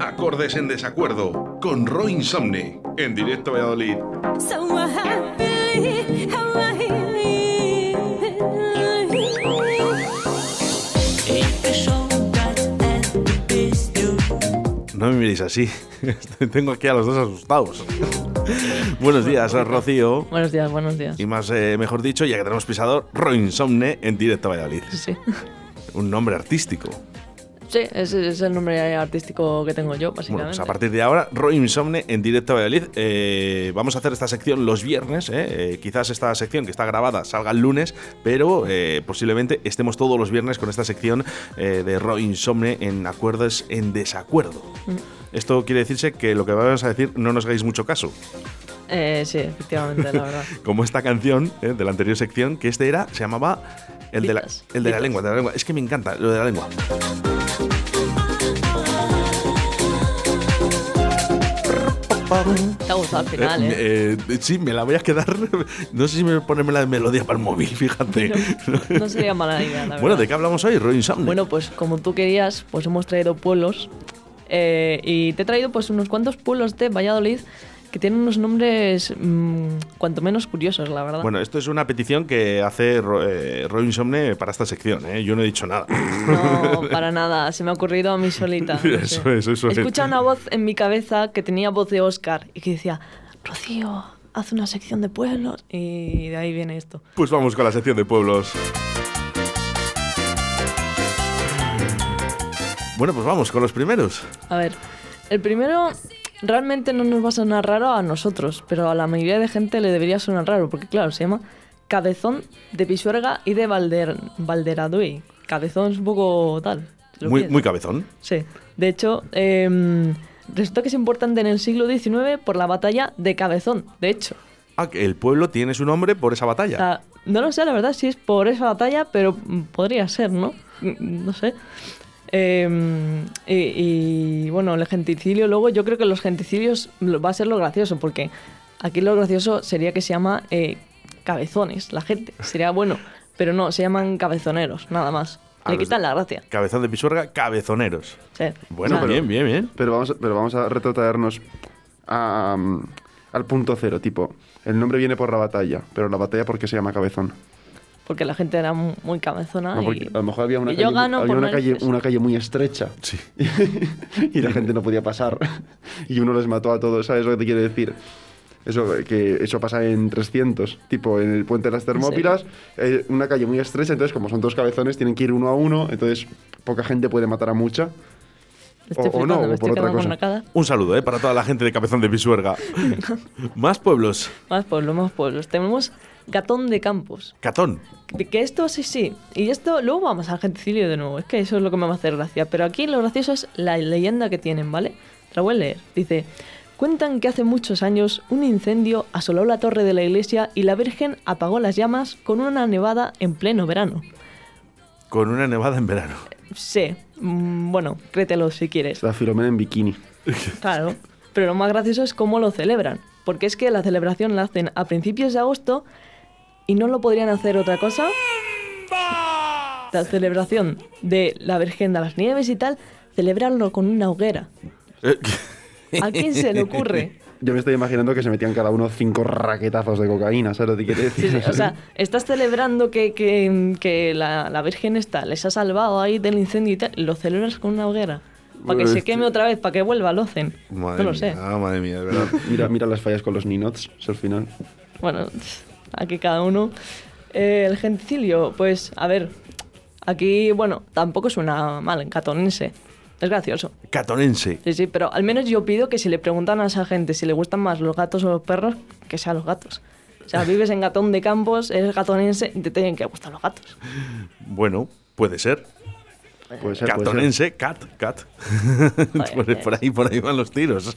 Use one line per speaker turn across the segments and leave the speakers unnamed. acordes en desacuerdo con Roy Insomni en directo Valladolid.
So I believe, how I believe. If the show got at the best of-
No me miréis así. Tengo aquí a los dos asustados. Buenos días, Rocío.
Buenos días, buenos días.
Y más, eh, mejor dicho, ya que tenemos pisado Roinsomne en directo a Valladolid.
Sí,
Un nombre artístico.
sí ese es el nombre artístico que tengo yo,
Bueno, pues
básicamente.
a partir de ahora, Roy Insomne en directo a Valladolid. Eh, vamos a hacer esta sección los viernes. eh. Eh, quizás esta sección que está grabada salga el lunes, pero eh, posiblemente estemos todos los viernes con esta sección eh, de Roy Insomne en acuerdos en desacuerdo. Esto quiere decirse que lo que vamos a decir no nos hagáis mucho caso.
Eh, sí, efectivamente, la verdad.
Como esta canción eh, de la anterior sección, que este era, se llamaba El de, la,
Ditas,
el de la
ditas.
lengua, el de la lengua. Es que me encanta lo de la lengua.
Te ha gustado al final, ¿eh?
Eh, eh, sí, me la voy a quedar. No sé si me ponerme la de melodía para el móvil, fíjate.
No sería mala idea, la
bueno,
verdad.
¿de qué hablamos hoy, Roy Insomne?
Bueno, pues como tú querías, pues hemos traído pueblos. eh, y te he traído pues unos cuantos pueblos de Valladolid que tienen unos nombres mm, cuanto menos curiosos, la verdad.
Bueno, esto es una petición que hace Ro- eh, Roy Insomne para esta sección, ¿eh? Yo no he dicho nada.
No, para nada, se me ha ocurrido a mí solita. no
Eso
sé.
es, eso es.
Escucha una voz en mi cabeza que tenía voz de Oscar y que decía, Rocío, haz una sección de pueblos. Y de ahí viene esto.
Pues vamos con la sección de pueblos. Bueno, pues vamos con los primeros.
A ver, el primero realmente no nos va a sonar raro a nosotros, pero a la mayoría de gente le debería sonar raro, porque claro, se llama Cabezón de Pisuerga y de Valder, Valderaduey. Cabezón es un poco tal. si lo
Muy,
piensas.
muy cabezón.
Sí, de hecho, em, resulta que es importante en el siglo XIX por la batalla de Cabezón, de hecho.
Ah, que el pueblo tiene su nombre por esa batalla.
O sea, no lo sé, la verdad, si es por esa batalla, pero mm, podría ser, ¿no? Mm, No sé. Em, y, y, bueno, el gentilicidio, luego yo creo que los gentilicidios lo- va a ser lo gracioso, porque aquí lo gracioso sería que se llama eh, cabezones, la gente. Sería bueno, pero no, se llaman cabezoneros, nada más.
A
Le
los-
quitan la gracia.
Cabezón de Pisuerga, cabezoneros.
Sí.
Bueno,
O sea,
bien, bien, bien.
Pero vamos, a- pero vamos a retrotraernos a, um, al punto cero, tipo, el nombre viene por la batalla, pero la batalla porque se llama Cabezón.
Porque la gente era mu- muy cabezona.
No,
y-
porque a lo mejor había una
y
calle,
yo gano
había
por
una, calle,
narices.
una calle muy estrecha
Sí.
y la gente no podía pasar y uno les mató a todos, ¿sabes lo que te quiero decir? Eso, que eso pasa en 300, tipo en el puente de las Termópilas, eh, una calle muy estrecha, entonces como son dos cabezones tienen que ir uno a uno, entonces poca gente puede matar a mucha.
Estoy
o- o
flipando,
no, o
me
por
estoy
otra
quedando con
cosa.
la cara.
Un saludo, ¿eh? Para toda la gente de Cabezón de Pisuerga. Más pueblos.
Más pueblos, más pueblos. Tenemos Gatón de Campos.
Catón.
De que esto sí, sí. Y esto, luego vamos al gentilio de nuevo. Es que eso es lo que me va a hacer gracia. Pero aquí lo gracioso es la leyenda que tienen, ¿vale? Te la voy a leer. Dice: Cuentan que hace muchos años un incendio asoló la torre de la iglesia y la Virgen apagó las llamas con una nevada en pleno verano.
Con una nevada en verano.
Sí, mm, bueno, créetelo si quieres.
La Filomena en bikini.
Claro, pero lo más gracioso es cómo lo celebran, porque es que la celebración la hacen a principios de agosto y no lo podrían hacer otra cosa. La celebración de la Virgen de las Nieves y tal, celebrarlo con una hoguera.
Eh,
¿A quién se le ocurre?
Yo me estoy imaginando que se metían cada uno cinco raquetazos de cocaína, ¿sabes lo que te quiero
Sí,
decir?
sí, o sea, estás celebrando que, que- que la, la Virgen está, les ha salvado ahí del incendio y tal, lo celebras con una hoguera. Para que se queme otra vez, para que vuelva al ocen. No
madre
lo sé.
mía, Ah, madre mía, de verdad.
Mira, mira las fallas con los ninots, es el final.
Bueno, aquí cada uno. Eh, el gentilio, pues, a ver, aquí, bueno, tampoco suena mal en catonense. Es gracioso.
Catonense.
Sí, sí, pero al menos yo pido que si le preguntan a esa gente si le gustan más los gatos o los perros, que sean los gatos. O sea, vives en gatón de campos, eres gatonense, te tienen que gustar los gatos.
Bueno, puede ser.
Puede ser, puede ser.
Catonense, cat, cat. por, por ahí, por ahí van los tiros.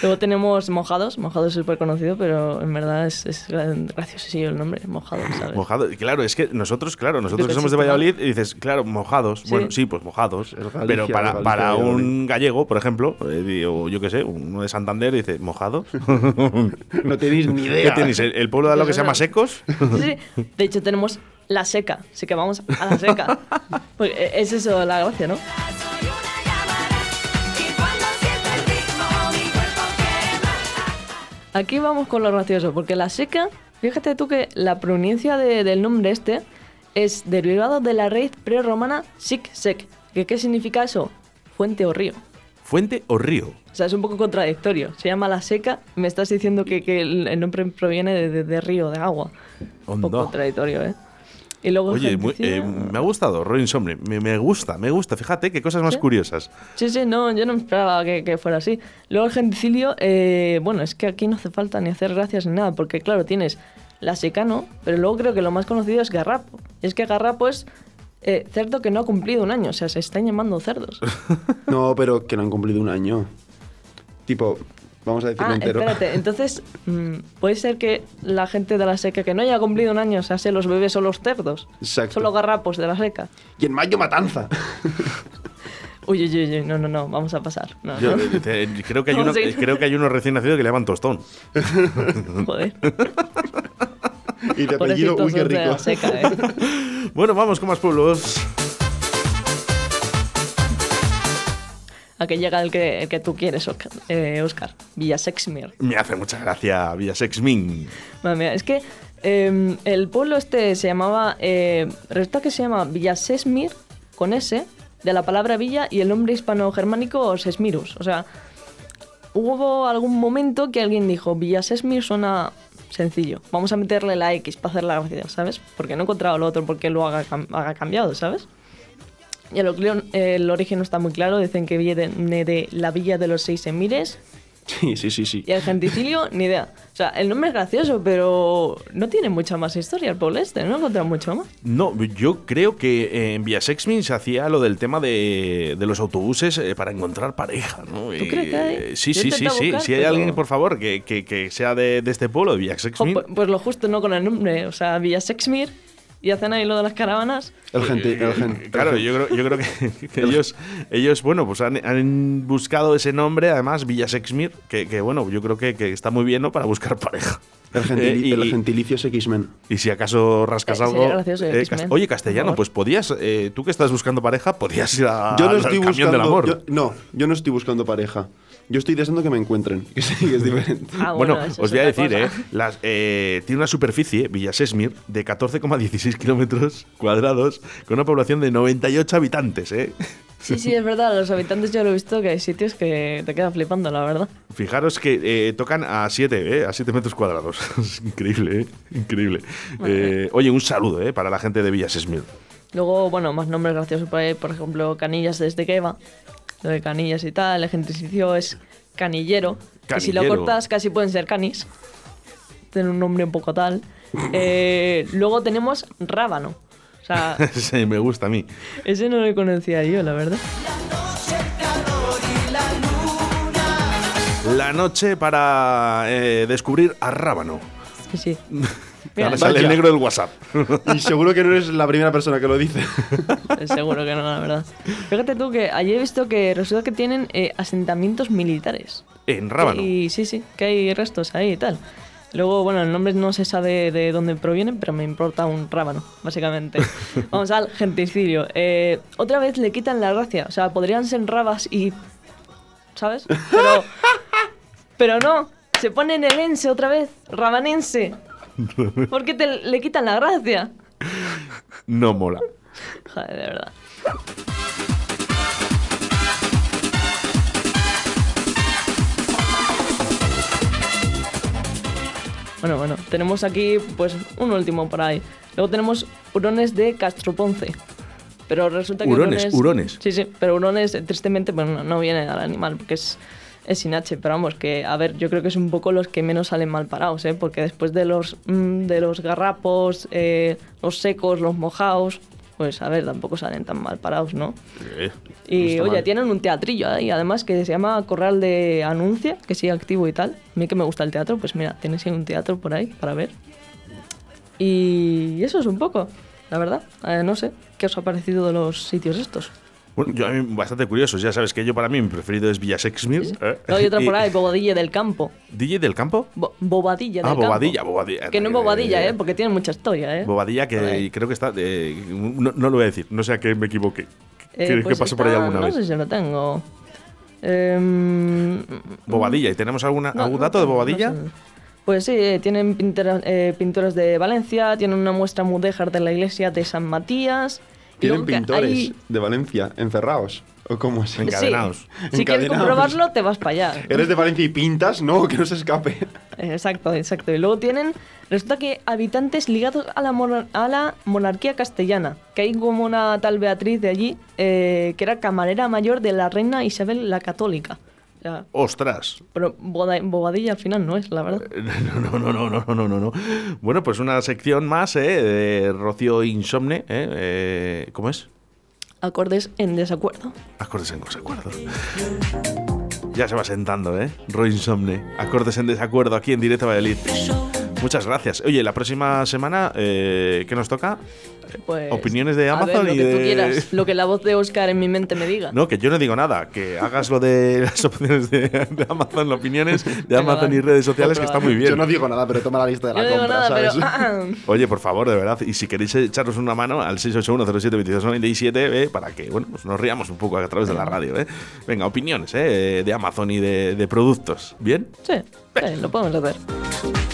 Luego tenemos mojados, mojados es súper conocido, pero en verdad es, es graciosillo el nombre, mojados, ¿sabes?
Mojado. Y Claro, es que nosotros, claro, nosotros que
Desde
somos de
Chiclana.
Valladolid, y dices, claro, mojados.
Sí.
Bueno, sí, pues mojados.
Es Galicia,
pero para,
Galicia,
para
Valladolid.
un gallego, por ejemplo, eh, o yo qué sé, uno de Santander, dice, mojados.
No tenéis ni
¿Qué
idea.
tenéis? ¿El, el pueblo de lo que se llama secos?
Sí, sí. De hecho, tenemos la seca, así que vamos a la Pues, eh, seca. Porque es eso la gracia, ¿no?
Soy una cámara y cuando
aquí vamos con lo gracioso, porque la seca, fíjate tú que la pronuncia de- del nombre este es derivado de la raíz prerromana sic-sec. que ¿Qué significa eso? Fuente o río.
¿Fuente o río?
O sea, es un poco contradictorio. Se llama la seca, me estás diciendo que, que el el nombre proviene de, de- de río, de agua. Un
Onda.
poco contradictorio, ¿eh? Y luego
Oye, muy-
genticida-
eh, me ha gustado, Roy Insomne. Me, me gusta, me gusta. Fíjate qué cosas más
¿Sí?
curiosas.
Sí, sí, no, yo no me esperaba que, que fuera así. Luego el gentilio, eh, bueno, es que aquí no hace falta ni hacer gracias ni nada, porque claro, tienes la secano, pero luego creo que lo más conocido es garrapo. Y es que garrapo es eh, cerdo que no ha cumplido un año, o sea, se están llamando cerdos.
No, pero que no han cumplido un año. Tipo, vamos a decirlo
ah,
entero.
espérate, entonces, mm, ¿puede ser que la gente de la seca que no haya cumplido un año, o sea, se los bebés son los cerdos?
Exacto.
Son los garrapos de la seca.
Y en mayo matanza.
Uy, uy, uy, uy, no, no, no, vamos a pasar. No,
Yo,
no,
eh, creo, que hay
¿Cómo
uno,
se
eh,
dice?
creo que hay uno recién nacido que le llaman tostón.
joder.
Y de apellido,
Pobrecitos los
uy, qué
de
rico.
la seca, ¿eh?
Bueno, vamos con más pueblos.
A que llega el que, el que tú quieres, Oscar. Eh, Oscar. Villasexmir.
Me hace mucha gracia Villasexmin.
Madre mía, es que eh, el pueblo este se llamaba. eh, resulta que se llama Villasexmir con S, de la palabra villa y el nombre hispano-germánico Sesmirus. O sea, hubo algún momento que alguien dijo: Villasexmir suena sencillo. Vamos a meterle la X para hacer la gracia, ¿sabes? Porque no he encontrado lo otro porque lo haga, cam- haga cambiado, ¿sabes? Y el, ocleo- el origen no está muy claro. Dicen que viene de la villa de los seis emires,
Sí, sí, sí, sí.
Y el gentilio, ni idea. O sea, el nombre es gracioso, pero no tiene mucha más historia el pueblo este, no he encontrado mucho más.
No, yo creo que eh, en Villasexmin se hacía lo del tema de, de los autobuses eh, para encontrar pareja, ¿no? ¿Tú
crees que hay?
Sí,
Yo he
sí, sí,
intentado
sí.
buscar,
Si hay
pero-
alguien, por favor, que, que- que sea de, de este pueblo, de
Jo,
Villasexmin.
pues, pues lo justo no con el nombre, o sea, Villasexmir y hacen ahí lo de las caravanas.
El gente, el
Eh,
gente.
Claro, yo creo, yo creo que, que ellos, ellos, bueno, pues han, han buscado ese nombre, además, Villasexmir, que, que bueno, yo creo que, que está muy bien, ¿no? Para buscar pareja.
El,
Eh,
gentili-
y-
el gentilicio es X-Men.
Y si acaso rascas
Eh,
algo.
sería gracioso,
eh,
X-Men,
cas- oye,
por
castellano,
favor.
pues podías. eh, tú que estás buscando pareja, podías ir a,
Yo no
al
estoy
camión
buscando.
Ah, del amor.
yo- no, yo no estoy buscando pareja. Yo estoy deseando que me encuentren. Que sí, que es diferente.
Ah,
bueno,
bueno, eso
os
es
voy a
otra
decir, eh,
cosa.
las- eh, tiene una superficie, Villasesmir, de 14,16 kilómetros cuadrados, con una población de 98 habitantes, ¿eh?
Sí, sí, es verdad, los habitantes yo lo he visto que hay sitios que te quedan flipando, la verdad.
Fijaros que eh, tocan a 7, ¿eh? a 7 metros cuadrados. es increíble, ¿eh? increíble. Eh, oye, un saludo ¿eh? para la gente de Villasesmir.
Luego, bueno, más nombres graciosos por ahí, por ejemplo, Canillas desde que va. Lo de Canillas y tal, el gentilicio es Canillero. Que si lo
Canillero.
cortas casi pueden ser Canis. Tiene un nombre un poco tal. Eh, luego tenemos Rábano. O sea,
sí, me gusta a mí.
ese no lo conocía yo, la verdad.
La noche para eh, descubrir a Rábano.
Sí, sí. Mira,
Ahora sale el
vaya.
negro del WhatsApp.
Y seguro que no eres la primera persona que lo dice.
seguro que no, la verdad. Fíjate tú que ayer he visto que resulta que tienen eh, asentamientos militares.
En Rábano.
Y sí, sí, que hay restos ahí y tal. Luego, bueno, el nombre no se sabe de dónde provienen, pero me importa un rábano, básicamente. Vamos al genticidio. Eh, otra vez le quitan la gracia. O sea, podrían ser rabas y... ¿Sabes? Pero, pero no. Se ponen el ense otra vez. Rabanense. ¿Por qué te, le quitan la gracia?
No mola.
Joder, de verdad. Bueno, bueno, tenemos aquí pues un último por ahí. Luego tenemos Hurones de Castroponce. Pero resulta que
Hurones, hurones.
Sí, sí, pero Hurones eh, tristemente pues, no, no viene al animal porque es, es sin H, pero vamos, que a ver, yo creo que es un poco los que menos salen mal parados, ¿eh? porque después de los, mm, de los garrapos, eh, los secos, los mojados, pues a ver, tampoco salen tan mal parados, ¿no?
Eh,
No
Y
está
oye,
mal.
tienen un teatrillo ahí, además que se llama Corral de Anuncia, que sigue activo y tal. A mí que me gusta el teatro, pues mira, tienes ahí un teatro por ahí para ver. Y eso es un poco, la verdad. Eh, no sé, ¿qué os ha parecido de los sitios estos?
Bueno, yo a mí bastante curioso. Ya sabes que yo para mí mi preferido es Villasexmir. ¿eh?
Luego hay otra por
Y-
ahí, Bobadilla del Campo.
DJ del campo.
Bo- bobadilla del
Ah,
Campo.
Bobadilla, Bobadilla.
Que no es Bobadilla, ¿eh? Porque tiene mucha historia, ¿eh?
Bobadilla que
Por ahí.
creo que está... eh, no, no lo voy a decir, no sea que me equivoque.
Eh,
¿Quieres
pues
que pase por ahí
está-
alguna
no
vez?
sé si lo tengo. Em,
Bobadilla. ¿Y tenemos alguna,
no,
algún
no
dato de
tengo, no
Bobadilla?
sé. Pues sí, eh, tienen pintera- eh, pinturas de Valencia, tienen una muestra mudéjar de la iglesia de San Matías. y
Tienen
luego que
pintores
hay-
de Valencia, encerrados. ¿O cómo es?
Me encanta. Encadenados. Eh.
Sí. Si quieres
Encadenados.
comprobarlo, te vas para allá.
¿Eres de Valencia y pintas? No, que no se escape.
Exacto, exacto. Y luego tienen, resulta que habitantes ligados a la, monar- a la monarquía castellana, que hay como una tal Beatriz de allí, eh, que era camarera mayor de la reina Isabel la Católica. O sea,
Ostras.
pero boda- bobadilla al final no es, la verdad.
No, no, no, no, no, no, no, no. Bueno, pues una sección más, ¿eh? De Rocío Insomne, ¿eh? Eh, ¿Cómo es?
Acordes en desacuerdo.
Acordes en desacuerdo. Ya se va sentando, ¿eh? Roy Insomne. Acordes en desacuerdo aquí en Directo Valladolid. Muchas gracias. Oye, la próxima semana, eh, ¿qué nos toca?
Pues,
Opiniones de
a ver,
Amazon
lo
y
que tú
de-
quieras, lo que la voz de Oscar en mi mente me diga.
No, que yo no digo nada, que hagas lo de las opciones de, de Amazon, las opiniones de Amazon
vale.
y redes sociales, que está muy bien.
Yo no digo nada, pero toma la lista de
Yo
la
no digo
compra,
nada,
¿sabes?
pero ah,
Oye, por favor, de verdad, y si queréis echaros una mano al 681-07-2297, eh, para que bueno, pues nos riamos un poco a través de la radio. eh. Venga, opiniones eh, de Amazon y de, de productos. ¿Bien?
sí, sí, lo podemos hacer.